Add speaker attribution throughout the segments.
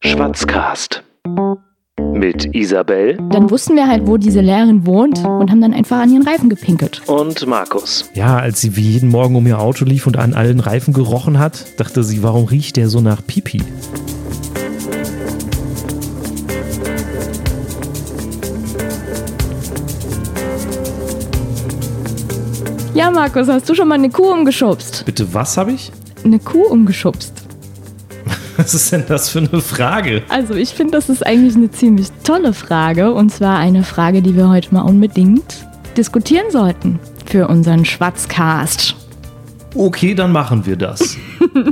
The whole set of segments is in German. Speaker 1: Schwatzcast. Mit Isabel
Speaker 2: Dann wussten wir halt, wo diese Lehrerin wohnt und haben dann einfach an ihren Reifen gepinkelt.
Speaker 1: und Markus.
Speaker 3: Ja, als sie wie jeden Morgen um ihr Auto lief und an allen Reifen gerochen hat, dachte sie, warum riecht der so nach Pipi?
Speaker 2: Ja, Markus, hast du schon mal eine Kuh umgeschubst?
Speaker 3: Bitte, was habe ich?
Speaker 2: Eine Kuh umgeschubst.
Speaker 3: Was ist denn das für eine Frage?
Speaker 2: Also ich finde, das ist eigentlich eine ziemlich tolle Frage und zwar eine Frage, die wir heute mal unbedingt diskutieren sollten für unseren Schwatzcast.
Speaker 3: Okay, dann machen wir das.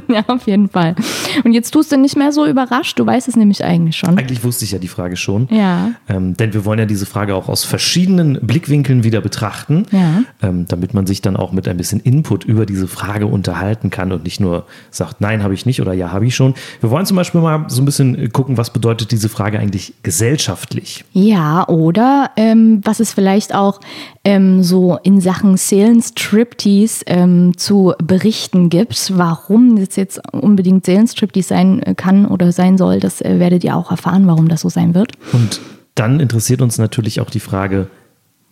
Speaker 2: Ja, auf jeden Fall. Und jetzt tust du nicht mehr so überrascht, du weißt es nämlich eigentlich schon.
Speaker 3: Eigentlich wusste ich ja die Frage schon.
Speaker 2: Ja.
Speaker 3: Ähm, denn wir wollen ja diese Frage auch aus verschiedenen Blickwinkeln wieder betrachten,
Speaker 2: Ja.
Speaker 3: ähm, damit man sich dann auch mit ein bisschen Input über diese Frage unterhalten kann und nicht nur sagt, nein, habe ich nicht oder ja, habe ich schon. Wir wollen zum Beispiel mal so ein bisschen äh, gucken, was bedeutet diese Frage eigentlich gesellschaftlich.
Speaker 2: Ja, oder ähm, was es vielleicht auch ähm, so in Sachen Seelenstriptease ähm, zu berichten gibt, warum das jetzt unbedingt Seelenstriptease sein äh, kann oder sein soll, das äh, werdet ihr auch erfahren, warum das so sein wird.
Speaker 3: Und dann interessiert uns natürlich auch die Frage,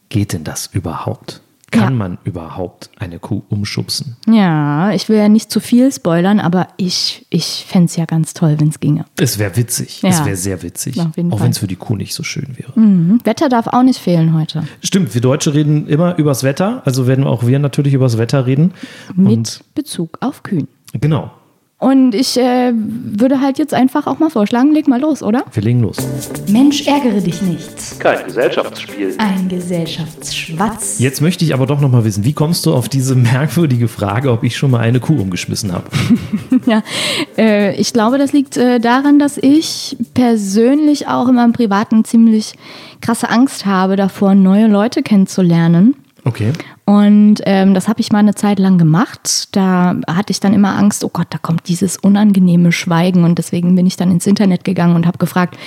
Speaker 3: geht denn das überhaupt? Kann
Speaker 2: Ja.
Speaker 3: man überhaupt eine Kuh umschubsen?
Speaker 2: Ja, ich will ja nicht zu viel spoilern, aber ich, ich fänd's ja ganz toll, wenn's ginge.
Speaker 3: Es wäre witzig.
Speaker 2: Ja.
Speaker 3: Es wäre sehr witzig.
Speaker 2: Auf jeden
Speaker 3: Auch
Speaker 2: Fall.
Speaker 3: wenn es für die Kuh nicht so schön wäre.
Speaker 2: Mhm. Wetter darf auch nicht fehlen heute.
Speaker 3: Stimmt, wir Deutsche reden immer übers Wetter. Also werden auch wir natürlich übers Wetter reden.
Speaker 2: Mit Bezug auf Kühen.
Speaker 3: Und genau,
Speaker 2: Und ich äh, würde halt jetzt einfach auch mal vorschlagen, leg mal los, oder?
Speaker 3: wir legen los.
Speaker 4: Mensch, ärgere dich nicht.
Speaker 1: Kein Gesellschaftsspiel.
Speaker 4: Ein Gesellschaftsschwatz.
Speaker 3: Jetzt möchte ich aber doch nochmal wissen, wie kommst du auf diese merkwürdige Frage, ob ich schon mal eine Kuh umgeschmissen habe?
Speaker 2: Ja, äh, ich glaube, das liegt äh, daran, dass ich persönlich auch in meinem Privaten ziemlich krasse Angst habe davor, neue Leute kennenzulernen.
Speaker 3: Okay.
Speaker 2: Und ähm, das habe ich mal eine Zeit lang gemacht. Da hatte ich dann immer Angst, oh Gott, da kommt dieses unangenehme Schweigen. Und deswegen bin ich dann ins Internet gegangen und habe gefragt,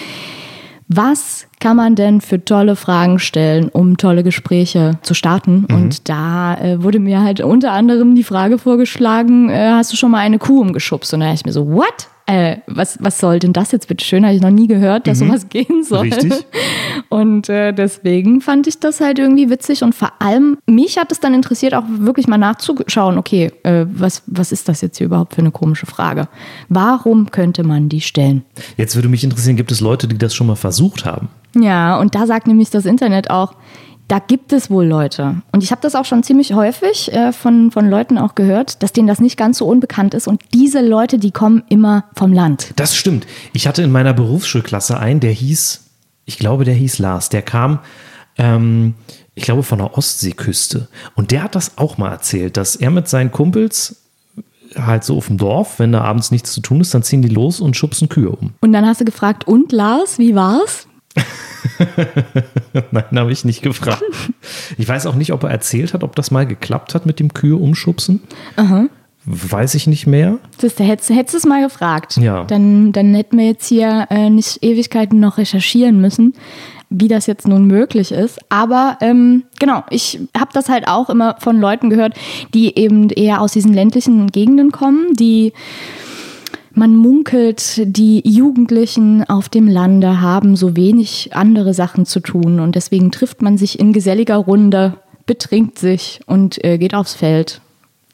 Speaker 2: was kann man denn für tolle Fragen stellen, um tolle Gespräche zu starten? Und da äh, wurde mir halt unter anderem die Frage vorgeschlagen, äh, hast du schon mal eine Kuh umgeschubst? Und da dachte ich mir so, what? Äh, was, was soll denn das jetzt bitte schön? Habe ich noch nie gehört, dass sowas gehen soll.
Speaker 3: Richtig.
Speaker 2: Und äh, deswegen fand ich das halt irgendwie witzig und vor allem mich hat es dann interessiert, auch wirklich mal nachzuschauen, okay, äh, was, was ist das jetzt hier überhaupt für eine komische Frage? Warum könnte man die stellen?
Speaker 3: Jetzt würde mich interessieren, gibt es Leute, die das schon mal versucht haben?
Speaker 2: Ja, und da sagt nämlich das Internet auch, da gibt es wohl Leute. Und ich habe das auch schon ziemlich häufig äh, von, von Leuten auch gehört, dass denen das nicht ganz so unbekannt ist. Und diese Leute, die kommen immer vom Land.
Speaker 3: Das stimmt. Ich hatte in meiner Berufsschulklasse einen, der hieß, ich glaube, der hieß Lars. Der kam, ähm, ich glaube, von der Ostseeküste. Und der hat das auch mal erzählt, dass er mit seinen Kumpels halt so auf dem Dorf, wenn da abends nichts zu tun ist, dann ziehen die los und schubsen Kühe um.
Speaker 2: Und dann hast du gefragt, und Lars, wie war's?
Speaker 3: Nein, habe ich nicht gefragt. Ich weiß auch nicht, ob er erzählt hat, ob das mal geklappt hat mit dem Kühe umschubsen. Weiß ich nicht mehr.
Speaker 2: Das, da hättest, hättest du es mal gefragt.
Speaker 3: Ja.
Speaker 2: Dann, dann hätten wir jetzt hier äh, nicht Ewigkeiten noch recherchieren müssen, wie das jetzt nun möglich ist. Aber ähm, genau, ich habe das halt auch immer von Leuten gehört, die eben eher aus diesen ländlichen Gegenden kommen, die man munkelt, die Jugendlichen auf dem Lande haben so wenig andere Sachen zu tun und deswegen trifft man sich in geselliger Runde, betrinkt sich und äh, geht aufs Feld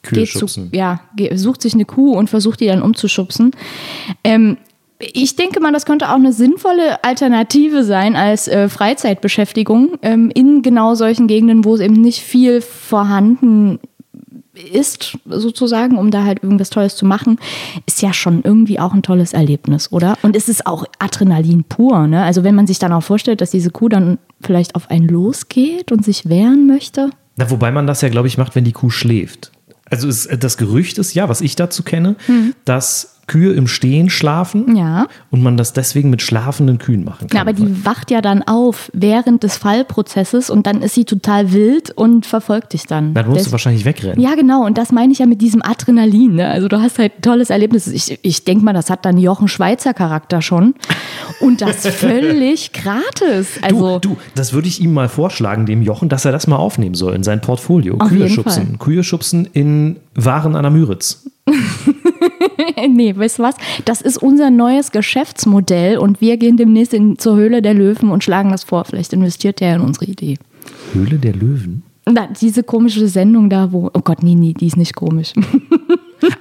Speaker 3: Kühe
Speaker 2: geht
Speaker 3: schubsen.
Speaker 2: Zu, ja, ge- sucht sich eine Kuh und versucht die dann umzuschubsen. Ähm, ich denke mal, das könnte auch eine sinnvolle Alternative sein als äh, Freizeitbeschäftigung ähm, in genau solchen Gegenden, wo es eben nicht viel vorhanden ist, sozusagen, um da halt irgendwas Tolles zu machen, ist ja schon irgendwie auch ein tolles Erlebnis, oder? Und es ist auch Adrenalin pur, ne? Also wenn man sich dann auch vorstellt, dass diese Kuh dann vielleicht auf einen losgeht und sich wehren möchte.
Speaker 3: Na, wobei man das ja, glaube ich, macht, wenn die Kuh schläft. Also es- das Gerücht ist ja, was ich dazu kenne, dass Kühe im Stehen schlafen
Speaker 2: Hm. Ja.
Speaker 3: und man das deswegen mit schlafenden Kühen machen kann.
Speaker 2: Na, aber die wacht ja dann auf während des Fallprozesses und dann ist sie total wild und verfolgt dich dann.
Speaker 3: Na, dann musst
Speaker 2: Des-
Speaker 3: du wahrscheinlich wegrennen.
Speaker 2: ja, genau. Und das meine ich ja mit diesem Adrenalin. Ne? Also du hast halt ein tolles Erlebnis. Ich, ich denke mal, das hat dann Jochen Schweizer Charakter schon. Und das völlig gratis. Also
Speaker 3: du, du, das würde ich ihm mal vorschlagen, dem Jochen, dass er das mal aufnehmen soll in sein Portfolio.
Speaker 2: Auf
Speaker 3: Kühe
Speaker 2: jeden
Speaker 3: schubsen. Kühe schubsen in Waren an der Müritz.
Speaker 2: äh, nee, weißt du was? Das ist unser neues Geschäftsmodell und wir gehen demnächst in, zur Höhle der Löwen und schlagen das vor. Vielleicht investiert der in unsere Idee.
Speaker 3: Höhle der Löwen.
Speaker 2: Na, diese komische Sendung da, wo. Oh Gott, nee, nee, die ist nicht komisch.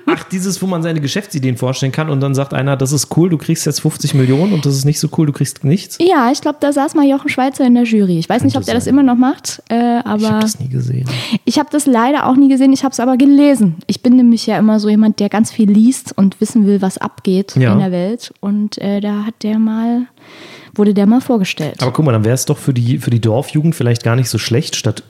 Speaker 3: Ach, dieses, wo man seine Geschäftsideen vorstellen kann und dann sagt einer, das ist cool, du kriegst jetzt 50 Millionen und das ist nicht so cool, du kriegst nichts.
Speaker 2: ja, ich glaube, da saß mal Jochen Schweizer in der Jury. Ich weiß nicht, ob der das immer noch macht, äh,
Speaker 3: Ich habe
Speaker 2: aber
Speaker 3: das nie gesehen.
Speaker 2: ich habe das, leider auch nie gesehen. Ich habe es aber gelesen. Ich bin nämlich ja immer so jemand, der ganz viel liest und wissen will, was abgeht
Speaker 3: Ja.
Speaker 2: in der Welt. Und äh, da hat der mal. Wurde der mal vorgestellt.
Speaker 3: Aber guck mal, dann wäre es doch für die, für die Dorfjugend vielleicht gar nicht so schlecht, statt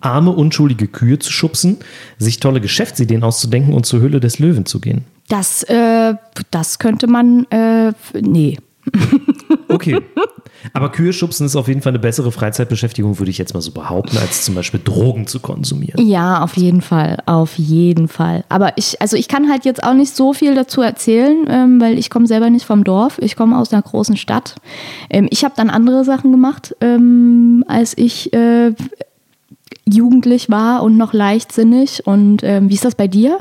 Speaker 3: arme, unschuldige Kühe zu schubsen, sich tolle Geschäftsideen auszudenken und zur Höhle des Löwen zu gehen.
Speaker 2: Das, äh, das könnte man, äh, f- nee.
Speaker 3: Okay. Aber Kühe schubsen ist auf jeden Fall eine bessere Freizeitbeschäftigung, würde ich jetzt mal so behaupten, als zum Beispiel Drogen zu konsumieren.
Speaker 2: Ja, auf jeden Fall, auf jeden Fall. Aber ich, also ich kann halt jetzt auch nicht so viel dazu erzählen, ähm, weil ich komme selber nicht vom Dorf, ich komme aus einer großen Stadt. Ähm, ich habe dann andere Sachen gemacht, ähm, als ich äh, jugendlich war und noch leichtsinnig. Und ähm, wie ist das bei dir?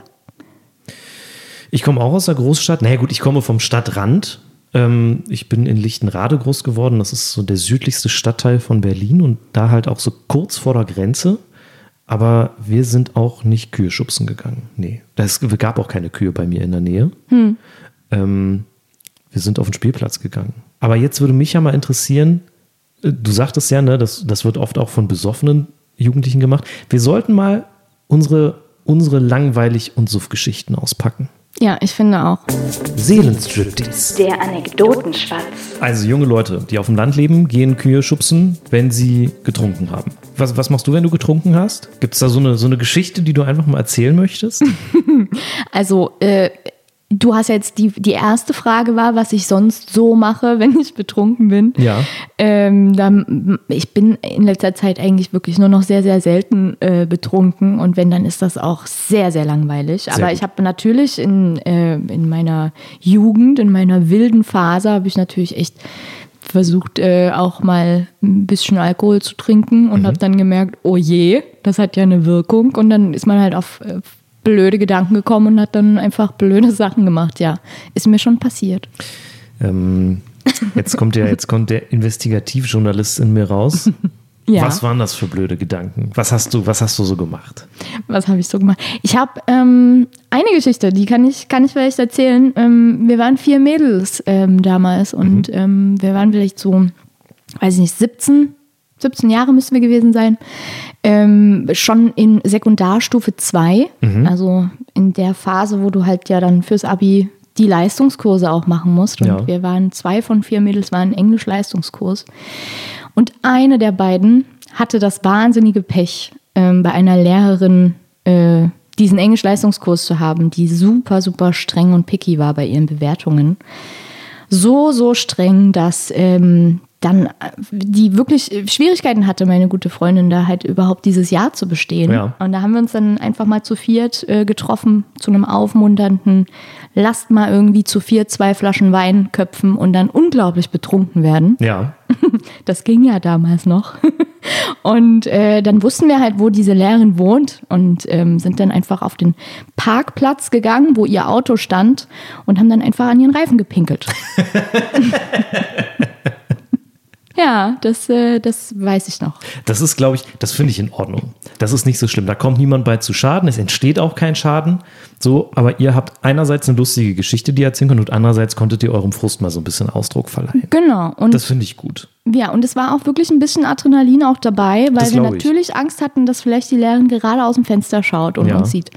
Speaker 3: Ich komme auch aus der Großstadt. Na naja, gut, ich komme vom Stadtrand. Ähm, ich bin in Lichtenrade groß geworden. Das ist so der südlichste Stadtteil von Berlin und da halt auch so kurz vor der Grenze. Aber wir sind auch nicht Kühe schubsen gegangen. Nee, es gab auch keine Kühe bei mir in der Nähe. Ähm, wir sind auf den Spielplatz gegangen. Aber jetzt würde mich ja mal interessieren, äh, du sagtest ja, ne, das, das wird oft auch von besoffenen Jugendlichen gemacht. Wir sollten mal unsere, unsere langweilig und Suff-Geschichten auspacken.
Speaker 2: Ja, ich finde auch.
Speaker 3: Seelenstriptease.
Speaker 4: Der Anekdotenschwatz.
Speaker 3: Also junge Leute, die auf dem Land leben, gehen Kühe schubsen, wenn sie getrunken haben. Was, was machst du, wenn du getrunken hast? Gibt es da so eine, so eine Geschichte, die du einfach mal erzählen möchtest?
Speaker 2: Also, äh, du hast jetzt die, die erste Frage war, was ich sonst so mache, wenn ich betrunken bin.
Speaker 3: Ja.
Speaker 2: Ähm, dann, ich bin in letzter Zeit eigentlich wirklich nur noch sehr, sehr selten äh, betrunken und wenn, dann ist das auch sehr, sehr langweilig. Aber
Speaker 3: gut.
Speaker 2: ich habe natürlich in, äh, in meiner Jugend, in meiner wilden Phase, habe ich natürlich echt versucht, äh, auch mal ein bisschen Alkohol zu trinken und habe dann gemerkt, oh je, das hat ja eine Wirkung und dann ist man halt auf äh, blöde Gedanken gekommen und hat dann einfach blöde Sachen gemacht, ja. Ist mir schon passiert.
Speaker 3: ähm, jetzt kommt der, jetzt kommt der Investigativjournalist in mir raus.
Speaker 2: Ja.
Speaker 3: Was waren das für blöde Gedanken? Was hast du, was hast du so gemacht?
Speaker 2: Was habe ich so gemacht? Ich habe ähm, eine Geschichte, die kann ich, kann ich vielleicht erzählen. Ähm, wir waren vier Mädels ähm, damals und ähm, wir waren vielleicht so, weiß ich nicht, 17, 17 Jahre müssen wir gewesen sein. Ähm, schon in Sekundarstufe 2, also in der Phase, wo du halt ja dann fürs Abi die Leistungskurse auch machen musst. Und
Speaker 3: Ja.
Speaker 2: wir waren zwei von vier Mädels waren Englisch-Leistungskurs. Und eine der beiden hatte das wahnsinnige Pech, ähm, bei einer Lehrerin äh, diesen Englisch-Leistungskurs zu haben, die super, super streng und picky war bei ihren Bewertungen. So, so streng, dass ähm, dann äh, die wirklich äh, Schwierigkeiten hatte, meine gute Freundin, da halt überhaupt dieses Jahr zu bestehen.
Speaker 3: Ja.
Speaker 2: Und da haben wir uns dann einfach mal zu viert äh, getroffen, zu einem aufmunternden, lasst mal irgendwie zu viert zwei Flaschen Wein köpfen und dann unglaublich betrunken werden.
Speaker 3: Ja.
Speaker 2: Das ging ja damals noch. Und äh, dann wussten wir halt, wo diese Lehrerin wohnt und ähm, sind dann einfach auf den Parkplatz gegangen, wo ihr Auto stand und haben dann einfach an ihren Reifen gepinkelt. ja, das, äh, das weiß ich noch.
Speaker 3: Das ist, glaube ich, das finde ich in Ordnung. Das ist nicht so schlimm. Da kommt niemand bei zu Schaden. Es entsteht auch kein Schaden. So, aber ihr habt einerseits eine lustige Geschichte, die ihr erzählen könnt, und andererseits konntet ihr eurem Frust mal so ein bisschen Ausdruck verleihen.
Speaker 2: Genau. Und
Speaker 3: Das finde ich gut.
Speaker 2: Ja, und es war auch wirklich ein bisschen Adrenalin auch dabei, weil
Speaker 3: Das
Speaker 2: wir
Speaker 3: glaub ich.
Speaker 2: natürlich Angst hatten, dass vielleicht die Lehrerin gerade aus dem Fenster schaut und
Speaker 3: Ja.
Speaker 2: uns sieht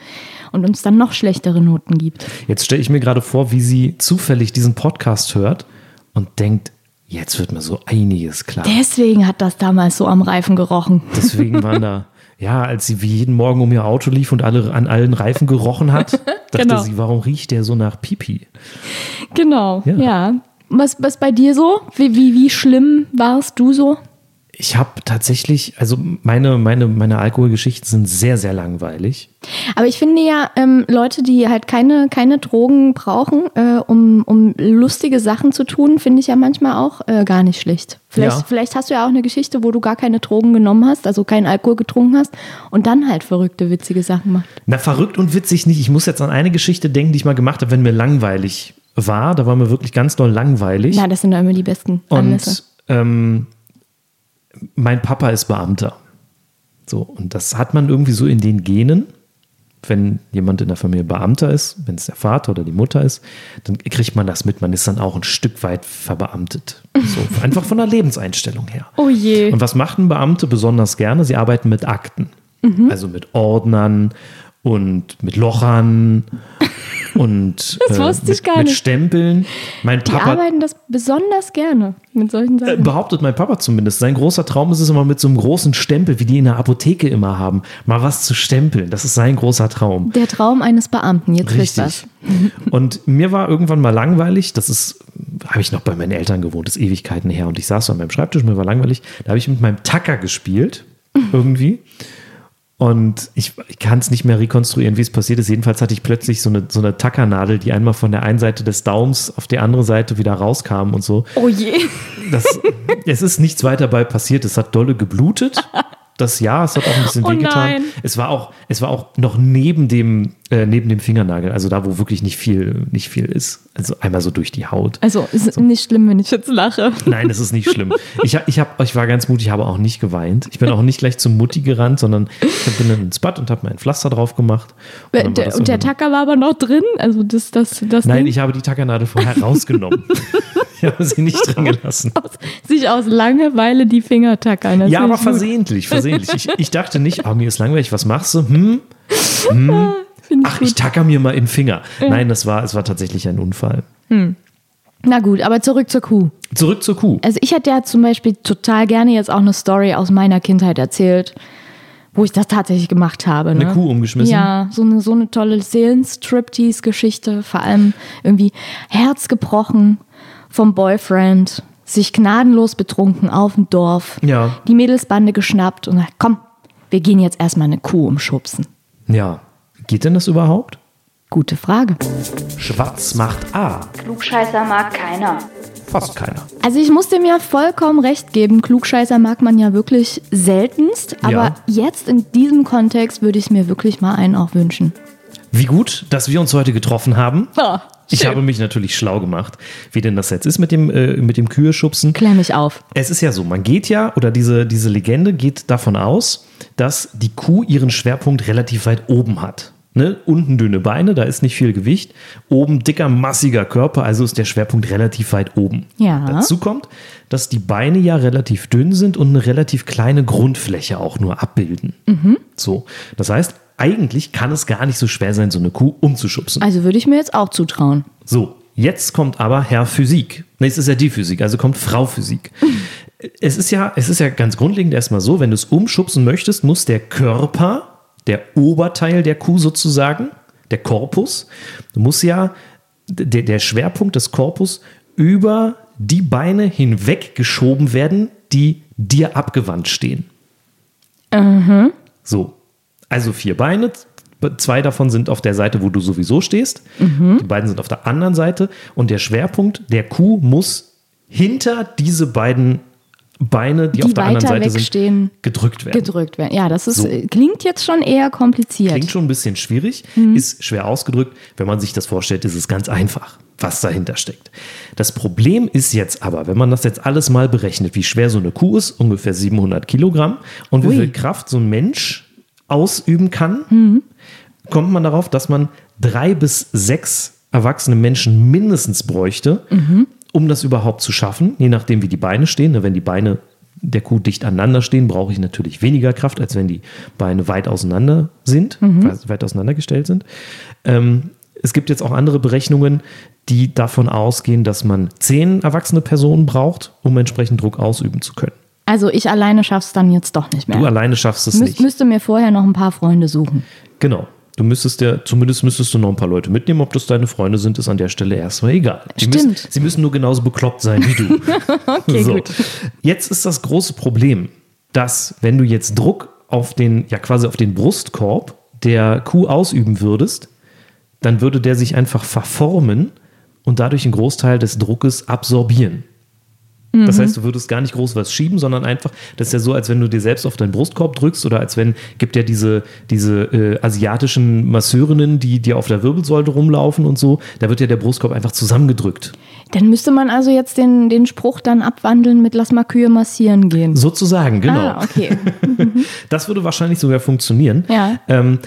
Speaker 2: und uns dann noch schlechtere Noten gibt.
Speaker 3: Jetzt stelle ich mir gerade vor, wie sie zufällig diesen Podcast hört und denkt, jetzt wird mir so einiges klar.
Speaker 2: Deswegen hat das damals so am Reifen gerochen.
Speaker 3: Deswegen waren da, ja, als sie wie jeden Morgen um ihr Auto lief und alle an allen Reifen gerochen hat, dachte
Speaker 2: Genau.
Speaker 3: sie, warum riecht der so nach Pipi?
Speaker 2: Genau,
Speaker 3: Ja.
Speaker 2: ja. Was, was bei dir so? Wie, wie, wie schlimm warst du so?
Speaker 3: Ich habe tatsächlich, also meine, meine, meine Alkoholgeschichten sind sehr, sehr langweilig.
Speaker 2: Aber ich finde ja, ähm, Leute, die halt keine, keine Drogen brauchen, äh, um, um lustige Sachen zu tun, finde ich ja manchmal auch äh, gar nicht schlecht. Vielleicht,
Speaker 3: Ja.
Speaker 2: vielleicht hast du ja auch eine Geschichte, wo du gar keine Drogen genommen hast, also keinen Alkohol getrunken hast und dann halt verrückte, witzige Sachen machst.
Speaker 3: Na, verrückt und witzig nicht. Ich muss jetzt an eine Geschichte denken, die ich mal gemacht habe, wenn mir langweilig war. Da war mir wirklich ganz doll langweilig.
Speaker 2: Ja, das sind doch immer die besten Anlässe.
Speaker 3: und ähm, mein Papa ist Beamter. So, und das hat man irgendwie so in den Genen. Wenn jemand in der Familie Beamter ist, wenn es der Vater oder die Mutter ist, dann kriegt man das mit. Man ist dann auch ein Stück weit verbeamtet. So, einfach von der Lebenseinstellung her.
Speaker 2: Oh je.
Speaker 3: Und was machen Beamte besonders gerne? Sie arbeiten mit Akten.
Speaker 2: Mhm.
Speaker 3: Also mit Ordnern und mit Lochern und äh,
Speaker 2: Das wusste ich
Speaker 3: mit,
Speaker 2: gar
Speaker 3: mit
Speaker 2: nicht.
Speaker 3: Stempeln. Mein
Speaker 2: Die
Speaker 3: Papa
Speaker 2: arbeiten das besonders gerne mit solchen
Speaker 3: äh,
Speaker 2: Sachen.
Speaker 3: behauptet mein Papa zumindest. Sein großer Traum ist es immer mit so einem großen Stempel, wie die in der Apotheke immer haben, mal was zu stempeln. Das ist sein großer Traum.
Speaker 2: Der Traum eines Beamten, jetzt wisst ihr
Speaker 3: Richtig. Und mir war irgendwann mal langweilig, das ist, habe ich noch bei meinen Eltern gewohnt, das ist Ewigkeiten her. Und ich saß so an meinem Schreibtisch, mir war langweilig. Da habe ich mit meinem Tacker gespielt, irgendwie. Und ich, ich kann es nicht mehr rekonstruieren, wie es passiert ist. Jedenfalls hatte ich plötzlich so eine, so eine Tackernadel, die einmal von der einen Seite des Daums auf die andere Seite wieder rauskam und so.
Speaker 2: Oh je.
Speaker 3: Das, es ist nichts weiter bei passiert. Es hat dolle geblutet. Das ja, es hat auch ein bisschen
Speaker 2: Oh nein.
Speaker 3: wehgetan. Es war auch, es war auch noch neben dem, äh, neben dem Fingernagel, also da, wo wirklich nicht viel, nicht viel ist. Also einmal so durch die Haut.
Speaker 2: Also, es ist nicht schlimm, wenn ich jetzt lache.
Speaker 3: Nein, das ist nicht schlimm. Ich, hab, ich, hab, ich war ganz mutig, habe auch nicht geweint. Ich bin auch nicht gleich zum Mutti gerannt, sondern ich bin dann ins Bad und habe mir ein Pflaster drauf gemacht. Und, dann war
Speaker 2: Äh, Der,
Speaker 3: das
Speaker 2: und der
Speaker 3: irgendwann-
Speaker 2: Tacker war aber noch drin. Also, das, das, das
Speaker 3: Nein,
Speaker 2: Ding
Speaker 3: ich habe die Tackernadel vorher rausgenommen. ich habe sie nicht drin gelassen.
Speaker 2: aus, sich aus Langeweile die Finger tackern. Das
Speaker 3: Ja,
Speaker 2: finde
Speaker 3: aber
Speaker 2: ich gut.
Speaker 3: versehentlich, versehentlich. Ich, ich dachte nicht, oh, mir ist langweilig, was machst du? Hm? Hm?
Speaker 2: Ah,
Speaker 3: Ach, ich tacker mir mal in den Finger. Nein, das war, es war tatsächlich ein Unfall.
Speaker 2: Na gut, aber zurück zur Kuh.
Speaker 3: Zurück zur Kuh.
Speaker 2: Also ich hätte ja zum Beispiel total gerne jetzt auch eine Story aus meiner Kindheit erzählt, wo ich das tatsächlich gemacht habe. Ne?
Speaker 3: Eine Kuh umgeschmissen?
Speaker 2: Ja, so eine, so eine tolle Seelenstriptease-Geschichte, vor allem irgendwie Herz gebrochen vom Boyfriend, sich gnadenlos betrunken auf dem Dorf,
Speaker 3: Ja.
Speaker 2: die Mädelsbande geschnappt und gesagt, komm, wir gehen jetzt erstmal eine Kuh umschubsen.
Speaker 3: Ja. Geht denn das überhaupt?
Speaker 2: Gute Frage.
Speaker 3: Schwarz macht A.
Speaker 4: Klugscheißer mag keiner.
Speaker 3: Fast keiner.
Speaker 2: Also ich muss dem ja vollkommen recht geben. Klugscheißer mag man ja wirklich seltenst. Aber
Speaker 3: Ja.
Speaker 2: jetzt in diesem Kontext würde ich mir wirklich mal einen auch wünschen.
Speaker 3: Wie gut, dass wir uns heute getroffen haben.
Speaker 2: Ah,
Speaker 3: ich habe mich natürlich schlau gemacht, wie denn das jetzt ist mit dem, äh, mit dem Kühe-Schubsen.
Speaker 2: Klär mich auf.
Speaker 3: Es ist ja so, man geht ja, oder diese, diese Legende geht davon aus, dass die Kuh ihren Schwerpunkt relativ weit oben hat. Ne? Unten dünne Beine, da ist nicht viel Gewicht. Oben dicker, massiger Körper, also ist der Schwerpunkt relativ weit oben.
Speaker 2: Ja.
Speaker 3: Dazu kommt, dass die Beine ja relativ dünn sind und eine relativ kleine Grundfläche auch nur abbilden. So, das heißt, eigentlich kann es gar nicht so schwer sein, so eine Kuh umzuschubsen.
Speaker 2: Also würde ich mir jetzt auch zutrauen.
Speaker 3: So, jetzt kommt aber Herr Physik. Nee, es ist ja die Physik, also kommt Frau Physik. es, ist ja, es ist ja ganz grundlegend erstmal so, wenn du es umschubsen möchtest, muss der Körper, der Oberteil der Kuh sozusagen, der Korpus, muss ja der, der Schwerpunkt des Korpus über die Beine hinweg geschoben werden, die dir abgewandt stehen. So, also vier Beine. Zwei davon sind auf der Seite, wo du sowieso stehst. Die beiden sind auf der anderen Seite. Und der Schwerpunkt der Kuh muss hinter diese beiden Beine, die,
Speaker 2: Die
Speaker 3: auf der anderen
Speaker 2: weiter
Speaker 3: Seite
Speaker 2: wegstehen.
Speaker 3: sind, gedrückt werden.
Speaker 2: Gedrückt werden. Ja, das ist,
Speaker 3: So.
Speaker 2: äh, klingt jetzt schon eher kompliziert.
Speaker 3: Klingt schon ein bisschen schwierig, ist schwer ausgedrückt. Wenn man sich das vorstellt, ist es ganz einfach, was dahinter steckt. Das Problem ist jetzt aber, wenn man das jetzt alles mal berechnet, wie schwer so eine Kuh ist, ungefähr 700 Kilogramm, und wie
Speaker 2: Ui.
Speaker 3: viel Kraft so ein Mensch ausüben kann, kommt man darauf, dass man drei bis sechs erwachsene Menschen mindestens bräuchte, um das überhaupt zu schaffen, je nachdem, wie die Beine stehen. Ne, Wenn die Beine der Kuh dicht aneinander stehen, brauche ich natürlich weniger Kraft, als wenn die Beine weit auseinander sind, weit- weit auseinandergestellt sind. Ähm, es gibt jetzt auch andere Berechnungen, die davon ausgehen, dass man zehn erwachsene Personen braucht, um entsprechend Druck ausüben zu können.
Speaker 2: Also ich alleine schaff's dann jetzt doch nicht mehr.
Speaker 3: Du alleine schaffst es
Speaker 2: Müs-
Speaker 3: nicht.
Speaker 2: müsste mir vorher noch ein paar Freunde suchen.
Speaker 3: Genau. Du müsstest ja, zumindest müsstest du noch ein paar Leute mitnehmen. Ob das deine Freunde sind, ist an der Stelle erstmal egal. Die
Speaker 2: Stimmt.
Speaker 3: Müssen, sie müssen nur genauso bekloppt sein wie du. okay,
Speaker 2: gut.
Speaker 3: Jetzt ist das große Problem, dass wenn du jetzt Druck auf den, ja quasi auf den Brustkorb der Kuh ausüben würdest, dann würde der sich einfach verformen und dadurch einen Großteil des Druckes absorbieren.
Speaker 2: Mhm.
Speaker 3: Das heißt, du würdest gar nicht groß was schieben, sondern einfach, das ist ja so, als wenn du dir selbst auf deinen Brustkorb drückst oder als wenn, gibt ja diese, diese äh, asiatischen Masseurinnen, die dir auf der Wirbelsäule rumlaufen und so, da wird ja der Brustkorb einfach zusammengedrückt.
Speaker 2: Dann müsste man also jetzt den, den Spruch dann abwandeln mit Lass mal Kühe massieren gehen.
Speaker 3: Sozusagen, genau.
Speaker 2: Ah, okay.
Speaker 3: Das würde wahrscheinlich sogar funktionieren.
Speaker 2: Ja.
Speaker 3: Ähm,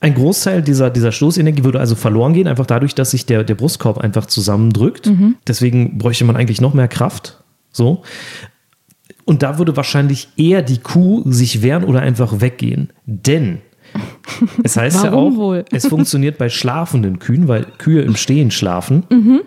Speaker 3: ein Großteil dieser, dieser Stoßenergie würde also verloren gehen, einfach dadurch, dass sich der, der Brustkorb einfach zusammendrückt.
Speaker 2: Mhm.
Speaker 3: Deswegen bräuchte man eigentlich noch mehr Kraft. So. Und da würde wahrscheinlich eher die Kuh sich wehren oder einfach weggehen. Denn es heißt ja
Speaker 2: Warum
Speaker 3: auch,
Speaker 2: wohl?
Speaker 3: es funktioniert bei schlafenden Kühen, weil Kühe im Stehen schlafen.
Speaker 2: Mhm.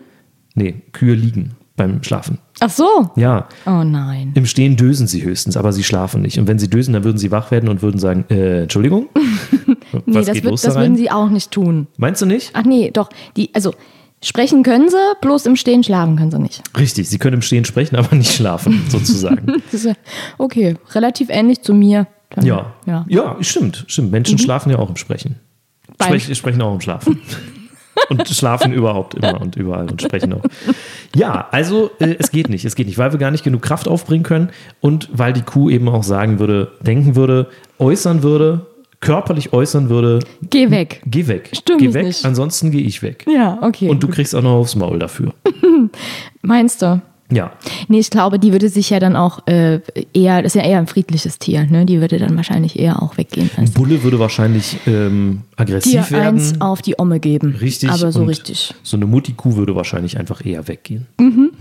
Speaker 3: Nee, Kühe liegen beim Schlafen.
Speaker 2: Ach so.
Speaker 3: Ja,
Speaker 2: Oh nein.
Speaker 3: im Stehen dösen sie höchstens, aber sie schlafen nicht. Und wenn sie dösen, dann würden sie wach werden und würden sagen, äh, Entschuldigung, was
Speaker 2: Nee, das,
Speaker 3: geht
Speaker 2: wür-
Speaker 3: los da
Speaker 2: das
Speaker 3: rein?
Speaker 2: würden sie auch nicht tun.
Speaker 3: Meinst du nicht?
Speaker 2: Ach nee, doch. Die, also sprechen können sie, bloß im Stehen schlafen können sie nicht.
Speaker 3: Richtig, sie können im Stehen sprechen, aber nicht schlafen, sozusagen.
Speaker 2: Das ist, ja- okay, relativ ähnlich zu mir. Dann-
Speaker 3: ja. ja,
Speaker 2: ja. Mhm.
Speaker 3: stimmt, stimmt. Menschen schlafen ja auch im Sprechen.
Speaker 2: Beim-
Speaker 3: Sprech, sprechen auch im Schlafen. und schlafen überhaupt immer und überall und sprechen auch. Ja, also äh, es geht nicht, es geht nicht, weil wir gar nicht genug Kraft aufbringen können und weil die Kuh eben auch sagen würde, denken würde, äußern würde, körperlich äußern würde,
Speaker 2: Geh weg.
Speaker 3: geh weg.
Speaker 2: Stimmt
Speaker 3: geh weg,
Speaker 2: nicht.
Speaker 3: ansonsten gehe ich weg.
Speaker 2: Ja, okay.
Speaker 3: Und du kriegst auch noch aufs Maul dafür.
Speaker 2: Meinst du?
Speaker 3: Ja,
Speaker 2: Nee, ich glaube, die würde sich ja dann auch äh, eher, das ist ja eher ein friedliches Tier, ne? Die würde dann wahrscheinlich eher auch weggehen. Als
Speaker 3: Bulle würde wahrscheinlich ähm, aggressiv
Speaker 2: dir
Speaker 3: werden.
Speaker 2: eins auf die Omme geben.
Speaker 3: Richtig.
Speaker 2: Aber so
Speaker 3: und
Speaker 2: richtig.
Speaker 3: So eine Mutti-Kuh würde wahrscheinlich einfach eher weggehen.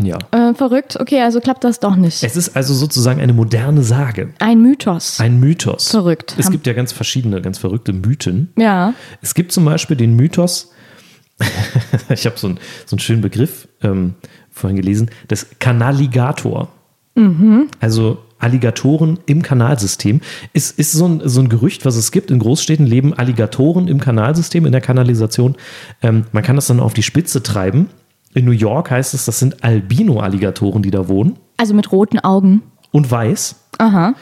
Speaker 3: Ja.
Speaker 2: Äh, verrückt, okay, also klappt das doch nicht.
Speaker 3: Es ist also sozusagen eine moderne Sage,
Speaker 2: Ein Mythos.
Speaker 3: ein Mythos.
Speaker 2: Verrückt.
Speaker 3: Es
Speaker 2: Ham-
Speaker 3: gibt ja ganz verschiedene, ganz verrückte Mythen.
Speaker 2: ja.
Speaker 3: Es gibt zum Beispiel den Mythos, ich habe so, einen- so einen schönen Begriff ähm, vorhin gelesen, des Kanaligator. Also Alligatoren im Kanalsystem. Ist, ist so, ein, so ein Gerücht, was es gibt. In Großstädten leben Alligatoren im Kanalsystem, in der Kanalisation. Ähm, man kann das dann auf die Spitze treiben. In New York heißt es, das sind Albino-Alligatoren, die da wohnen.
Speaker 2: Also mit roten Augen.
Speaker 3: Und weiß.
Speaker 2: Aha.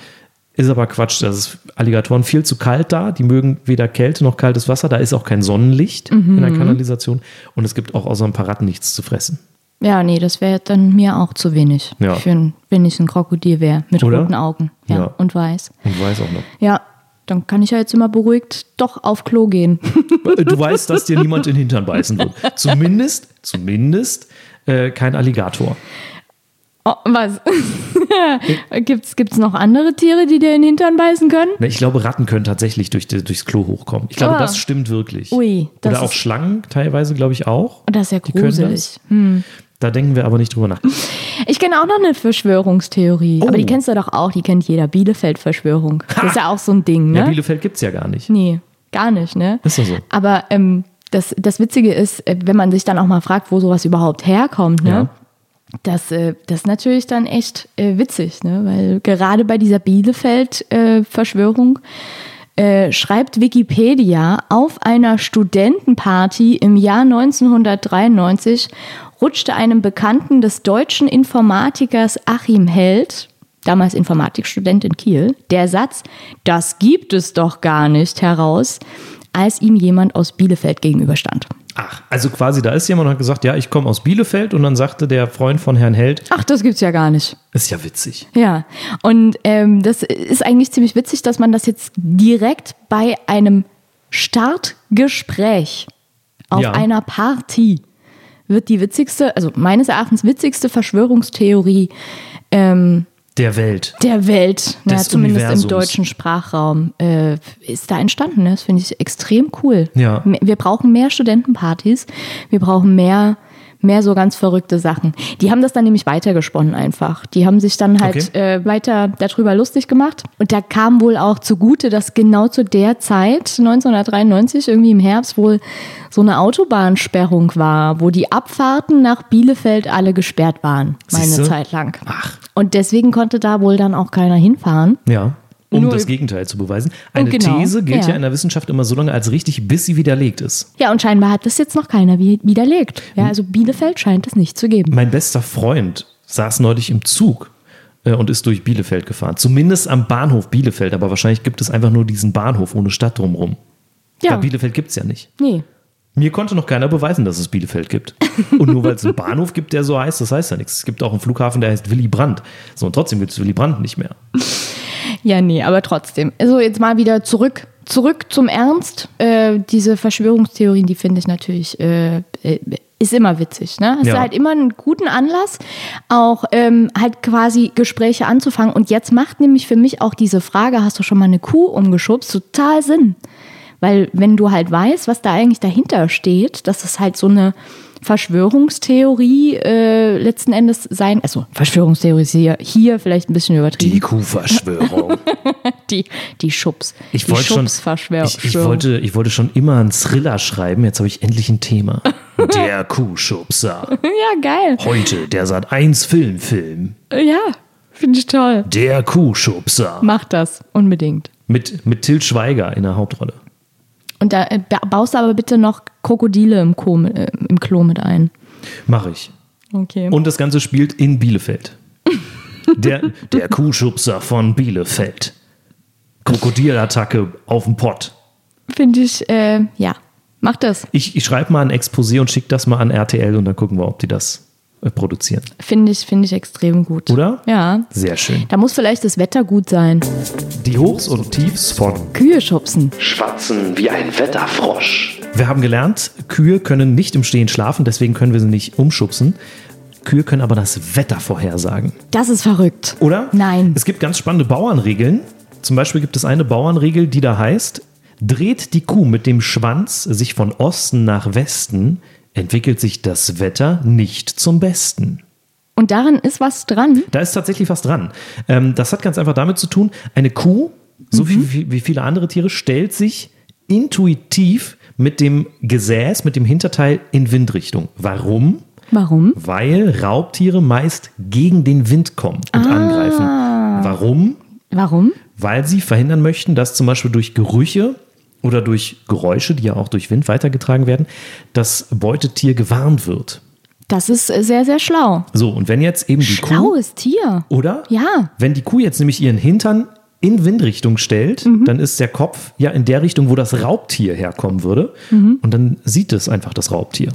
Speaker 3: Ist aber Quatsch, das ist Alligatoren viel zu kalt da. Die mögen weder Kälte noch kaltes Wasser. Da ist auch kein Sonnenlicht in
Speaker 2: Mhm.
Speaker 3: der Kanalisation. Und es gibt auch außer ein paar Ratten nichts zu fressen.
Speaker 2: Ja, nee, das wäre dann mir auch zu wenig.
Speaker 3: Ja.
Speaker 2: Für ein, wenn ich ein Krokodil wäre, mit
Speaker 3: Oder?
Speaker 2: roten Augen. Ja,
Speaker 3: Ja.
Speaker 2: Und weiß.
Speaker 3: Und weiß auch noch.
Speaker 2: Ja, dann kann ich ja jetzt immer beruhigt doch auf Klo gehen.
Speaker 3: Äh, Du weißt, dass dir niemand in den Hintern beißen wird. Zumindest, zumindest äh, kein Alligator.
Speaker 2: Oh, was? gibt's, gibt's noch andere Tiere, die dir in den Hintern beißen können?
Speaker 3: Ne, Ich glaube, Ratten können tatsächlich durch, die- durchs Klo hochkommen. Ich glaube,
Speaker 2: Ah.
Speaker 3: das stimmt wirklich.
Speaker 2: Ui, das
Speaker 3: Oder auch
Speaker 2: ist- Oh,
Speaker 3: Schlangen teilweise, glaube ich, auch.
Speaker 2: Das ist ja
Speaker 3: Die können das.
Speaker 2: gruselig. Hm.
Speaker 3: Da denken wir aber nicht drüber nach.
Speaker 2: Ich kenne auch noch eine Verschwörungstheorie.
Speaker 3: Oh.
Speaker 2: Aber die kennst du doch auch. Die kennt jeder. Bielefeld-Verschwörung. Das ist ja auch so ein Ding, ne?
Speaker 3: Ja, Bielefeld gibt es ja gar nicht.
Speaker 2: Nee, gar nicht, ne?
Speaker 3: Ist doch so.
Speaker 2: Aber ähm, das, das Witzige ist, äh, wenn man sich dann auch mal fragt, wo sowas überhaupt herkommt, ne?
Speaker 3: Ja.
Speaker 2: Das, äh, das ist natürlich dann echt äh, witzig, ne? weil gerade bei dieser Bielefeld-Verschwörung äh, schreibt Wikipedia, auf einer Studentenparty im Jahr 1993 rutschte einem Bekannten des deutschen Informatikers Achim Held, damals Informatikstudent in Kiel, der Satz, das gibt es doch gar nicht heraus, als ihm jemand aus Bielefeld gegenüberstand.
Speaker 3: Ach, also quasi, da ist jemand und hat gesagt, ja, ich komme aus Bielefeld. Und dann sagte der Freund von Herrn Held,
Speaker 2: Ach, das gibt's ja gar nicht.
Speaker 3: ist ja witzig.
Speaker 2: Ja, und ähm, das ist eigentlich ziemlich witzig, dass man das jetzt direkt bei einem Startgespräch auf
Speaker 3: Ja.
Speaker 2: einer Party wird die witzigste, also meines Erachtens witzigste Verschwörungstheorie ähm,
Speaker 3: Der Welt.
Speaker 2: der Welt, na,
Speaker 3: Des
Speaker 2: zumindest
Speaker 3: Universums.
Speaker 2: im deutschen Sprachraum, äh, ist da entstanden. Ne? Das finde ich extrem cool.
Speaker 3: Ja.
Speaker 2: M- Wir brauchen mehr Studentenpartys, wir brauchen mehr, mehr so ganz verrückte Sachen. Die haben das dann nämlich weitergesponnen einfach. Die haben sich dann halt äh, weiter darüber lustig gemacht. Und da kam wohl auch zugute, dass genau zu der Zeit, 1993, irgendwie im Herbst, wohl so eine Autobahnsperrung war, wo die Abfahrten nach Bielefeld alle gesperrt waren, meine
Speaker 3: Siehste?
Speaker 2: Zeit lang.
Speaker 3: Ach.
Speaker 2: Und deswegen konnte da wohl dann auch keiner hinfahren.
Speaker 3: Ja. Um
Speaker 2: Nur-
Speaker 3: das Gegenteil zu beweisen. Eine
Speaker 2: genau,
Speaker 3: These gilt ja.
Speaker 2: ja
Speaker 3: in der Wissenschaft immer so lange als richtig, bis sie widerlegt ist.
Speaker 2: Ja, und scheinbar hat das jetzt noch keiner wi- widerlegt.
Speaker 3: Hm.
Speaker 2: Ja, also Bielefeld scheint es nicht zu geben.
Speaker 3: Mein bester Freund saß neulich im Zug äh, und ist durch Bielefeld gefahren. Zumindest am Bahnhof Bielefeld, aber wahrscheinlich gibt es einfach nur diesen Bahnhof ohne Stadt drumherum. Ja.
Speaker 2: Ja,
Speaker 3: Bielefeld gibt es ja nicht.
Speaker 2: nee.
Speaker 3: Mir konnte noch keiner beweisen, dass es Bielefeld gibt. Und nur weil es einen Bahnhof gibt, der so heißt, das heißt ja nichts. Es gibt auch einen Flughafen, der heißt Willy Brandt. So, und trotzdem gibt es Willy Brandt nicht mehr.
Speaker 2: Ja, nee, aber trotzdem. Also jetzt mal wieder zurück, zurück zum Ernst. Äh, diese Verschwörungstheorien, die finde ich natürlich, äh, äh, ist immer witzig. Ne? Hast
Speaker 3: Ja.
Speaker 2: du halt immer einen guten Anlass, auch ähm, halt quasi Gespräche anzufangen. Und jetzt macht nämlich für mich auch diese Frage, hast du schon mal eine Kuh umgeschubst, total Sinn. Weil wenn du halt weißt, was da eigentlich dahinter steht, dass es halt so eine Verschwörungstheorie äh, letzten Endes sein, also Verschwörungstheorie ist hier, hier vielleicht ein bisschen übertrieben
Speaker 3: Die Kuhverschwörung.
Speaker 2: die, die Schubs.
Speaker 3: Ich
Speaker 2: die
Speaker 3: wollte schon,
Speaker 2: Schubsverschwörung.
Speaker 3: ich, ich wollte, ich wollte schon immer einen Thriller schreiben. Jetzt habe ich endlich ein Thema. Der Kuhschubser.
Speaker 2: ja, geil.
Speaker 3: Heute der Sat 1 Filmfilm.
Speaker 2: Ja, finde ich toll.
Speaker 3: Der Kuhschubser.
Speaker 2: Mach das unbedingt.
Speaker 3: Mit, mit Till Schweiger in der Hauptrolle.
Speaker 2: Und da äh, ba- baust du aber bitte noch Krokodile im, Klo mit- äh, im Klo mit ein.
Speaker 3: Mache ich.
Speaker 2: Okay.
Speaker 3: Und das Ganze spielt in Bielefeld. Der, der Kuhschubser von Bielefeld. Krokodilattacke auf dem Pott.
Speaker 2: Finde ich, äh, ja, mach das.
Speaker 3: Ich, ich schreibe mal ein Exposé und schicke das mal an RTL und dann gucken wir, ob die das äh, produzieren.
Speaker 2: Finde ich, finde ich extrem gut.
Speaker 3: Oder?
Speaker 2: Ja.
Speaker 3: Sehr schön.
Speaker 2: Da muss vielleicht das Wetter gut sein.
Speaker 3: Die Hochs und Tiefs von.
Speaker 2: Kühe schubsen.
Speaker 1: Schwatzen wie ein Wetterfrosch.
Speaker 3: Wir haben gelernt, Kühe können nicht im Stehen schlafen, deswegen können wir sie nicht umschubsen. Kühe können aber das Wetter vorhersagen.
Speaker 2: Das ist verrückt.
Speaker 3: Oder?
Speaker 2: Nein.
Speaker 3: Es gibt ganz spannende Bauernregeln. Zum Beispiel gibt es eine Bauernregel, die da heißt, dreht die Kuh mit dem Schwanz sich von Osten nach Westen, entwickelt sich das Wetter nicht zum Besten.
Speaker 2: Und daran ist was dran.
Speaker 3: Da ist tatsächlich was dran. Ähm, das hat ganz einfach damit zu tun, eine Kuh, so viel- wie, wie viele andere Tiere, stellt sich intuitiv mit dem Gesäß, mit dem Hinterteil in Windrichtung. Warum?
Speaker 2: Warum?
Speaker 3: Weil Raubtiere meist gegen den Wind kommen und angreifen. Warum?
Speaker 2: Warum?
Speaker 3: weil sie verhindern möchten, dass zum Beispiel durch Gerüche oder durch Geräusche, die ja auch durch Wind weitergetragen werden, das Beutetier gewarnt wird.
Speaker 2: Das ist äh, sehr, sehr schlau.
Speaker 3: So, und wenn jetzt eben die Kuh,
Speaker 2: Schlaues Tier.
Speaker 3: oder?
Speaker 2: Ja.
Speaker 3: Wenn die Kuh jetzt nämlich ihren Hintern in Windrichtung stellt, dann ist der Kopf ja in der Richtung, wo das Raubtier herkommen würde. Und dann sieht es einfach das Raubtier.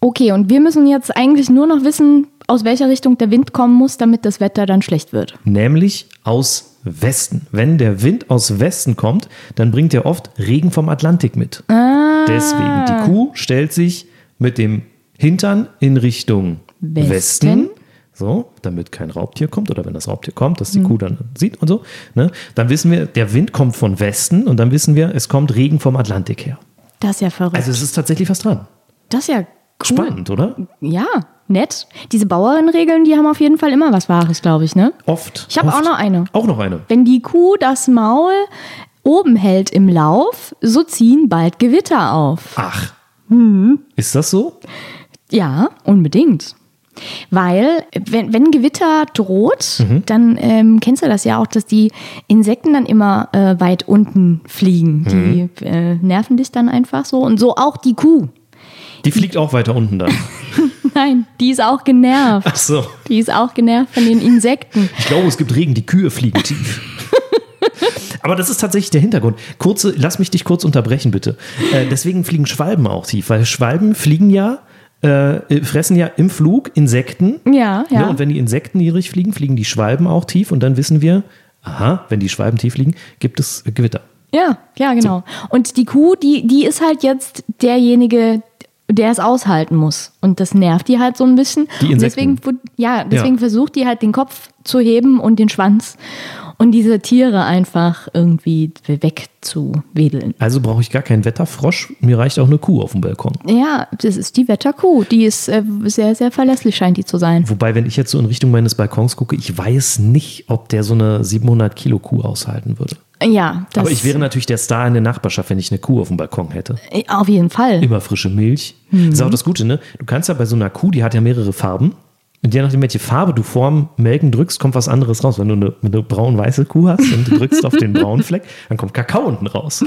Speaker 2: Okay, und wir müssen jetzt eigentlich nur noch wissen, aus welcher Richtung der Wind kommen muss, damit das Wetter dann schlecht wird.
Speaker 3: nämlich aus Westen. Wenn der Wind aus Westen kommt, dann bringt er oft Regen vom Atlantik mit.
Speaker 2: Ah.
Speaker 3: Deswegen, die Kuh stellt sich mit dem Hintern in Richtung Westen.
Speaker 2: Westen.
Speaker 3: So, damit kein Raubtier kommt oder wenn das Raubtier kommt, dass die
Speaker 2: Hm.
Speaker 3: Kuh dann sieht und so. Ne? Dann wissen wir, der Wind kommt von Westen und dann wissen wir, es kommt Regen vom Atlantik her.
Speaker 2: Das ist ja verrückt.
Speaker 3: Also es ist tatsächlich was dran.
Speaker 2: das ist ja cool.
Speaker 3: Spannend, oder?
Speaker 2: Ja, nett. Diese Bauernregeln, die haben auf jeden Fall immer was Wahres, glaube ich, ne?
Speaker 3: Oft.
Speaker 2: Ich habe
Speaker 3: oft.
Speaker 2: auch noch eine.
Speaker 3: Auch noch eine.
Speaker 2: Wenn die Kuh das Maul oben hält im Lauf, so ziehen bald Gewitter auf.
Speaker 3: Ach.
Speaker 2: Hm.
Speaker 3: Ist das so?
Speaker 2: Ja, unbedingt. Weil, wenn, wenn Gewitter droht,
Speaker 3: Mhm.
Speaker 2: dann ähm, kennst du das ja auch, dass die Insekten dann immer äh, weit unten
Speaker 3: Mhm.
Speaker 2: fliegen. Die äh, nerven dich dann einfach so. Und so auch die Kuh.
Speaker 3: Die fliegt auch weiter unten dann.
Speaker 2: Nein, die ist auch genervt.
Speaker 3: Ach so.
Speaker 2: Die ist auch genervt von den Insekten.
Speaker 3: Ich glaube, es gibt Regen, die Kühe fliegen tief. Aber das ist tatsächlich der Hintergrund. Kurze, lass mich dich kurz unterbrechen, bitte. Äh, deswegen fliegen Schwalben auch tief, weil Schwalben fliegen ja, äh, fressen ja im Flug Insekten.
Speaker 2: Ja, ja.
Speaker 3: Ne, und wenn die Insekten niedrig fliegen, fliegen die Schwalben auch tief. Und dann wissen wir, aha, wenn die Schwalben tief fliegen, gibt es äh, Gewitter.
Speaker 2: Ja, ja, genau. Und die Kuh, die, die ist halt jetzt derjenige, der es aushalten muss. Und das nervt die halt so ein bisschen.
Speaker 3: Die
Speaker 2: und
Speaker 3: Insekten.
Speaker 2: deswegen, wu- ja, deswegen
Speaker 3: Ja.
Speaker 2: versucht die halt den Kopf zu heben und den Schwanz und diese Tiere einfach irgendwie wegzuwedeln.
Speaker 3: Also brauche ich gar keinen Wetterfrosch, mir reicht auch eine Kuh auf dem Balkon.
Speaker 2: Ja, das ist die Wetterkuh. Die ist äh, sehr, sehr verlässlich, scheint die zu sein.
Speaker 3: Wobei, wenn ich jetzt so in Richtung meines Balkons gucke, ich weiß nicht, ob der so eine 700 Kilo Kuh aushalten würde.
Speaker 2: Ja, das
Speaker 3: Aber ich wäre natürlich der Star in der Nachbarschaft, wenn ich eine Kuh auf dem Balkon hätte.
Speaker 2: äh, auf jeden Fall.
Speaker 3: Immer frische Milch. Das
Speaker 2: Mhm.
Speaker 3: ist auch das Gute, ne? Du kannst ja bei so einer Kuh, die hat ja mehrere Farben. Und je nachdem, welche Farbe du vorm Melken drückst, kommt was anderes raus. Wenn du eine, eine braun-weiße Kuh hast und du drückst auf den braunen Fleck, dann kommt Kakao unten raus.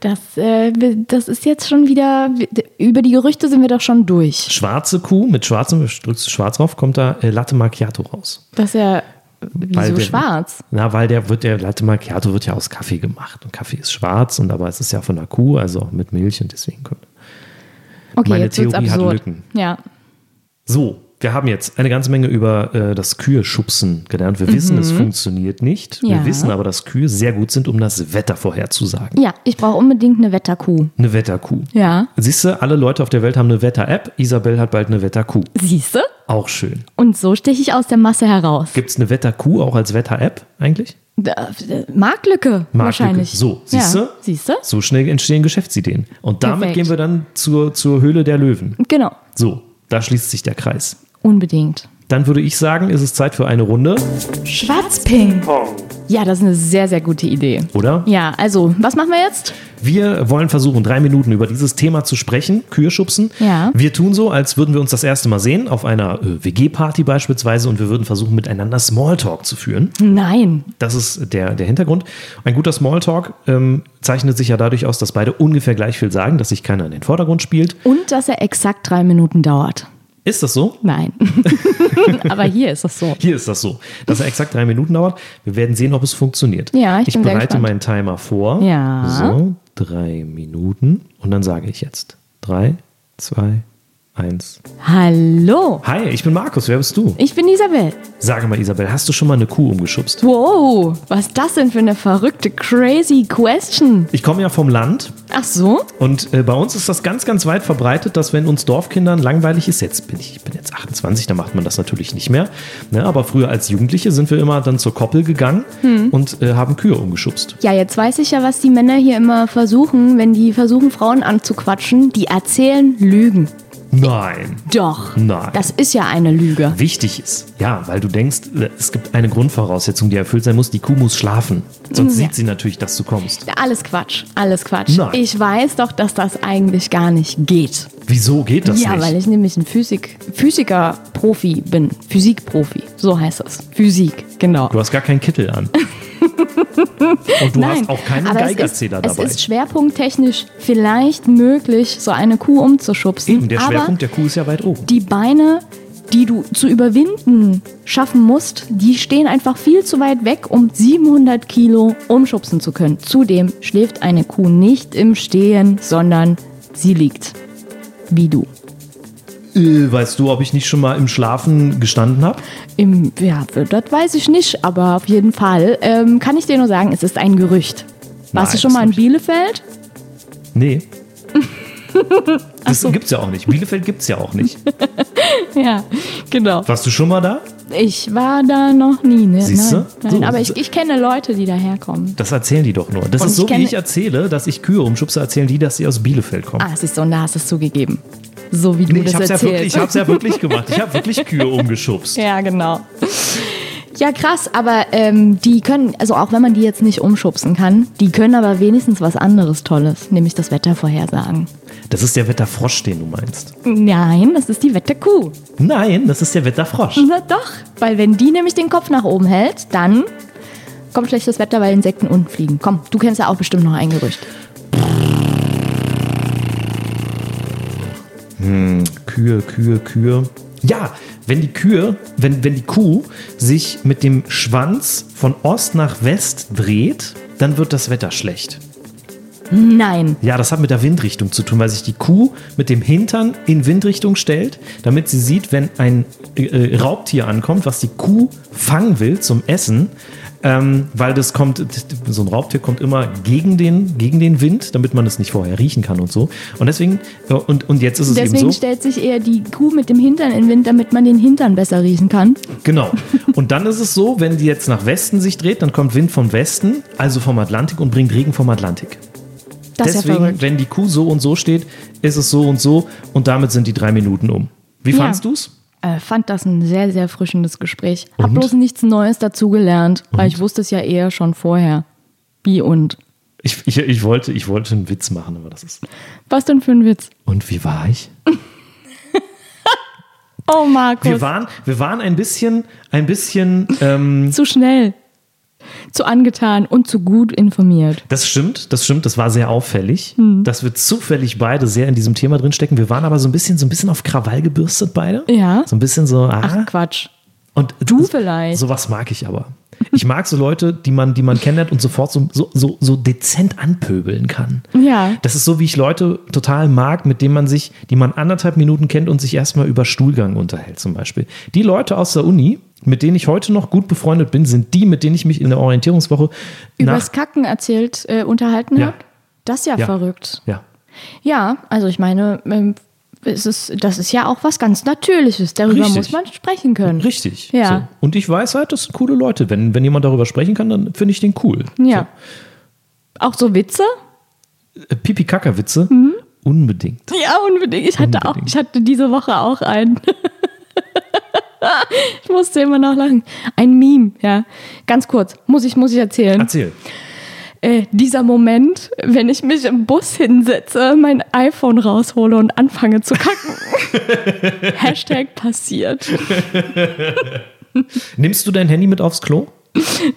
Speaker 2: Das, äh, das ist jetzt schon wieder, über die Gerüchte sind wir doch schon durch.
Speaker 3: Schwarze Kuh mit schwarzem, drückst du schwarz drauf, kommt da äh, Latte Macchiato raus.
Speaker 2: Das ist ja,
Speaker 3: Weil
Speaker 2: wieso
Speaker 3: der-
Speaker 2: schwarz?
Speaker 3: Na, weil der wird der Latte Macchiato wird ja aus Kaffee gemacht. Und Kaffee ist schwarz und aber es ist ja von der Kuh, also auch mit Milch und deswegen kommt.
Speaker 2: Okay,
Speaker 3: Meine
Speaker 2: jetzt wird's
Speaker 3: Theorie hat
Speaker 2: absurd.
Speaker 3: Lücken.
Speaker 2: Ja.
Speaker 3: So, wir haben jetzt eine ganze Menge über äh, das Kühe schubsen gelernt. Wir wissen, es funktioniert nicht.
Speaker 2: Mhm. Ja.
Speaker 3: Wir wissen aber, dass Kühe sehr gut sind, um das Wetter vorherzusagen.
Speaker 2: Ja, ich brauche unbedingt eine Wetterkuh.
Speaker 3: Eine Wetterkuh.
Speaker 2: Ja.
Speaker 3: Siehst du, alle Leute auf der Welt haben eine Wetter-App. Isabel hat bald eine Wetterkuh.
Speaker 2: Siehste?
Speaker 3: Auch schön.
Speaker 2: Und so steche ich aus der Masse heraus.
Speaker 3: Gibt es eine Wetterkuh auch als Wetter-App eigentlich?
Speaker 2: Da- äh, Marktlücke wahrscheinlich.
Speaker 3: So, siehst
Speaker 2: ja.
Speaker 3: du?
Speaker 2: Siehst du?
Speaker 3: So schnell entstehen Geschäftsideen. Und damit
Speaker 2: Perfekt.
Speaker 3: gehen wir dann zur, zur Höhle der Löwen.
Speaker 2: Genau.
Speaker 3: So, da schließt sich der Kreis.
Speaker 2: Unbedingt.
Speaker 3: Dann würde ich sagen, ist es Zeit für eine Runde,
Speaker 2: Schwarzping. Ja, das ist eine sehr, sehr gute Idee.
Speaker 3: oder?
Speaker 2: Ja, also, was machen wir jetzt?
Speaker 3: Wir wollen versuchen, drei Minuten über dieses Thema zu sprechen, Kühe schubsen.
Speaker 2: Ja.
Speaker 3: Wir tun so, als würden wir uns das erste Mal sehen, auf einer äh, WG-Party beispielsweise, und wir würden versuchen, miteinander Smalltalk zu führen.
Speaker 2: Nein.
Speaker 3: Das ist der, der Hintergrund. Ein guter Smalltalk ähm, zeichnet sich ja dadurch aus, dass beide ungefähr gleich viel sagen, dass sich keiner in den Vordergrund spielt.
Speaker 2: Und dass er exakt drei Minuten dauert.
Speaker 3: Ist das so?
Speaker 2: Nein. Aber hier ist das so.
Speaker 3: Hier ist das so, dass er exakt drei Minuten dauert. Wir werden sehen, ob es funktioniert.
Speaker 2: Ja, ich bin sehr
Speaker 3: bereite
Speaker 2: gespannt.
Speaker 3: meinen Timer vor.
Speaker 2: Ja.
Speaker 3: So, drei Minuten. Und dann sage ich jetzt drei, zwei, eins.
Speaker 2: Hallo.
Speaker 3: Hi, ich bin Markus. Wer bist du?
Speaker 2: Ich bin Isabel.
Speaker 3: Sage mal, Isabel, hast du schon mal eine Kuh umgeschubst?
Speaker 2: Wow, was das denn für eine verrückte, crazy Question.
Speaker 3: Ich komme ja vom Land
Speaker 2: Ach so?
Speaker 3: und äh, bei uns ist das ganz, ganz weit verbreitet, dass wenn uns Dorfkindern langweilig ist, jetzt bin ich, ich bin jetzt 28, da macht man das natürlich nicht mehr, ne, aber früher als Jugendliche sind wir immer dann zur Koppel gegangen
Speaker 2: Hm.
Speaker 3: und äh, haben Kühe umgeschubst.
Speaker 2: Ja, jetzt weiß ich ja, was die Männer hier immer versuchen, wenn die versuchen, Frauen anzuquatschen. Die erzählen Lügen.
Speaker 3: Nein.
Speaker 2: Doch.
Speaker 3: Nein.
Speaker 2: Das ist ja eine Lüge.
Speaker 3: wichtig ist. Ja, weil du denkst, äh, es gibt eine Grundvoraussetzung, die erfüllt sein muss. Die Kuh muss schlafen. Sonst sieht sie natürlich, dass du kommst.
Speaker 2: Alles Quatsch, alles Quatsch.
Speaker 3: Nein.
Speaker 2: Ich weiß doch, dass das eigentlich gar nicht geht.
Speaker 3: Wieso geht das
Speaker 2: ja,
Speaker 3: nicht?
Speaker 2: weil ich nämlich ein Physik, Physiker-Profi bin. Physikprofi, so heißt das. Physik, genau.
Speaker 3: du hast gar keinen Kittel an. Und du hast auch keinen
Speaker 2: aber
Speaker 3: Geigerzähler
Speaker 2: es ist,
Speaker 3: dabei.
Speaker 2: Es ist schwerpunkttechnisch vielleicht möglich, so eine Kuh umzuschubsen.
Speaker 3: Eben, der
Speaker 2: aber
Speaker 3: Schwerpunkt der Kuh ist ja weit oben.
Speaker 2: die Beine, die du zu überwinden schaffen musst, die stehen einfach viel zu weit weg, um 700 Kilo umschubsen zu können. Zudem schläft eine Kuh nicht im Stehen, sondern sie liegt. Wie du.
Speaker 3: Äh, weißt du, ob ich nicht schon mal im Schlafen gestanden habe?
Speaker 2: Im, ja, das weiß ich nicht, aber auf jeden Fall ähm, kann ich dir nur sagen, es ist ein Gerücht.
Speaker 3: Nein,
Speaker 2: Warst du schon mal
Speaker 3: das
Speaker 2: in Bielefeld?
Speaker 3: Nee. Das gibt's ja auch nicht. Bielefeld gibt's ja auch nicht.
Speaker 2: Ja, genau.
Speaker 3: Warst du schon mal da?
Speaker 2: Ich war da noch nie. Ne?
Speaker 3: Siehste?
Speaker 2: Nein,
Speaker 3: So,
Speaker 2: nein, aber
Speaker 3: siehste.
Speaker 2: ich, ich kenne Leute, die daherkommen.
Speaker 3: Das erzählen die doch nur. Das
Speaker 2: Und
Speaker 3: ist
Speaker 2: ich
Speaker 3: so, wie
Speaker 2: kenne-
Speaker 3: ich erzähle, dass ich Kühe umschubse, erzählen die, dass sie aus Bielefeld kommen.
Speaker 2: Ah, siehst du, und da hast du es zugegeben. So wie du
Speaker 3: Nee, ich
Speaker 2: das
Speaker 3: hab's, ja
Speaker 2: erzählst.
Speaker 3: wirklich, ich hab's ja wirklich gemacht. Ich habe wirklich Kühe umgeschubst.
Speaker 2: ja, genau. Ja, krass, aber ähm, die können, also auch wenn man die jetzt nicht umschubsen kann, die können aber wenigstens was anderes Tolles, nämlich das Wetter vorhersagen.
Speaker 3: Das ist der Wetterfrosch, den du meinst.
Speaker 2: Nein, das ist die Wetterkuh.
Speaker 3: Nein, das ist der Wetterfrosch.
Speaker 2: Na doch, weil wenn die nämlich den Kopf nach oben hält, dann kommt schlechtes Wetter, weil Insekten unten fliegen. Komm, du kennst ja auch bestimmt noch ein Gerücht.
Speaker 3: Kühe, Kühe, Kühe. Ja, wenn die Kühe, wenn, wenn die Kuh sich mit dem Schwanz von Ost nach West dreht, dann wird das Wetter schlecht.
Speaker 2: Nein.
Speaker 3: Ja, das hat mit der Windrichtung zu tun, weil sich die Kuh mit dem Hintern in Windrichtung stellt, damit sie sieht, wenn ein äh, äh, Raubtier ankommt, was die Kuh fangen will zum Essen. Ähm, weil das kommt, so ein Raubtier kommt immer gegen den, gegen den Wind, damit man es nicht vorher riechen kann und so. Und deswegen, äh, und, und jetzt ist es eben
Speaker 2: Deswegen
Speaker 3: so.
Speaker 2: stellt sich eher die Kuh mit dem Hintern in den Wind, damit man den Hintern besser riechen kann.
Speaker 3: Genau. Und dann ist es so, wenn die jetzt nach Westen sich dreht, dann kommt Wind vom Westen, also vom Atlantik und bringt Regen vom Atlantik.
Speaker 2: Das ist ja
Speaker 3: Deswegen,
Speaker 2: verrückt.
Speaker 3: wenn die Kuh so und so steht, ist es so und so und damit sind die drei Minuten um. Wie
Speaker 2: Ja.
Speaker 3: fandst du's?
Speaker 2: Äh, fand das ein sehr, sehr erfrischendes Gespräch. Hab
Speaker 3: Und?
Speaker 2: bloß nichts Neues dazugelernt, weil ich wusste es ja eher schon vorher. Wie und?
Speaker 3: Ich, ich, ich, wollte, ich wollte einen Witz machen, aber das ist.
Speaker 2: Was denn für ein Witz?
Speaker 3: Und wie war ich?
Speaker 2: Oh, Markus.
Speaker 3: Wir waren, wir waren ein bisschen, ein bisschen, ähm,
Speaker 2: zu schnell, zu angetan und zu gut informiert.
Speaker 3: das stimmt, das stimmt, das war sehr auffällig,
Speaker 2: Mhm.
Speaker 3: dass wir zufällig beide sehr in diesem Thema drinstecken. Wir waren aber so ein bisschen, so ein bisschen auf Krawall gebürstet beide.
Speaker 2: Ja.
Speaker 3: So ein bisschen so, ah,
Speaker 2: Ach, Quatsch.
Speaker 3: Und
Speaker 2: Du vielleicht.
Speaker 3: Sowas mag ich aber. Ich mag so Leute, die man, die man kennenlernt und sofort so, so, so, so dezent anpöbeln kann.
Speaker 2: Ja.
Speaker 3: Das ist so, wie ich Leute total mag, mit denen man sich, die man anderthalb Minuten kennt und sich erstmal über Stuhlgang unterhält, zum Beispiel. Die Leute aus der Uni, mit denen ich heute noch gut befreundet bin, sind die, mit denen ich mich in der Orientierungswoche
Speaker 2: Übers Kacken erzählt, äh, unterhalten
Speaker 3: Ja.
Speaker 2: hat. Das ist ja,
Speaker 3: Ja.
Speaker 2: verrückt.
Speaker 3: Ja.
Speaker 2: Ja, also ich meine, ähm, es ist, das ist ja auch was ganz Natürliches. Darüber
Speaker 3: Richtig.
Speaker 2: muss man sprechen können.
Speaker 3: Richtig.
Speaker 2: Ja.
Speaker 3: So. Und ich weiß halt, das sind coole Leute. Wenn, wenn jemand darüber sprechen kann, dann finde ich den cool.
Speaker 2: Ja. Auch so Witze?
Speaker 3: So. Äh, Pipi-Kaka-Witze?
Speaker 2: Mhm.
Speaker 3: Unbedingt.
Speaker 2: Ja, unbedingt. Ich hatte, Auch,
Speaker 3: Unbedingt.
Speaker 2: ich hatte diese Woche auch einen. ich musste immer noch lachen. Ein Meme, ja. Ganz kurz, muss ich, muss ich erzählen.
Speaker 3: Erzähl.
Speaker 2: Äh, dieser Moment, wenn ich mich im Bus hinsetze, mein iPhone raushole und anfange zu kacken. Hashtag passiert.
Speaker 3: Nimmst du dein Handy mit aufs Klo?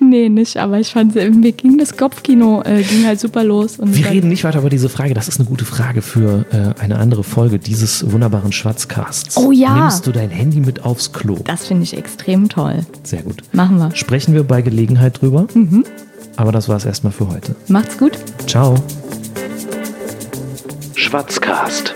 Speaker 2: Nee, nicht, aber ich fand, mir ging das Kopfkino, äh, ging halt super los. Und
Speaker 3: Wir
Speaker 2: dann-
Speaker 3: reden nicht weiter über diese Frage. Das ist eine gute Frage für äh, eine andere Folge dieses wunderbaren Schwatzcasts.
Speaker 2: Oh ja.
Speaker 3: Nimmst du dein Handy mit aufs Klo?
Speaker 2: Das finde ich extrem toll.
Speaker 3: Sehr gut.
Speaker 2: Machen wir.
Speaker 3: Sprechen wir bei Gelegenheit drüber.
Speaker 2: Mhm.
Speaker 3: Aber das war es erstmal für heute.
Speaker 2: Macht's gut.
Speaker 3: Ciao.
Speaker 1: Schwatzcast,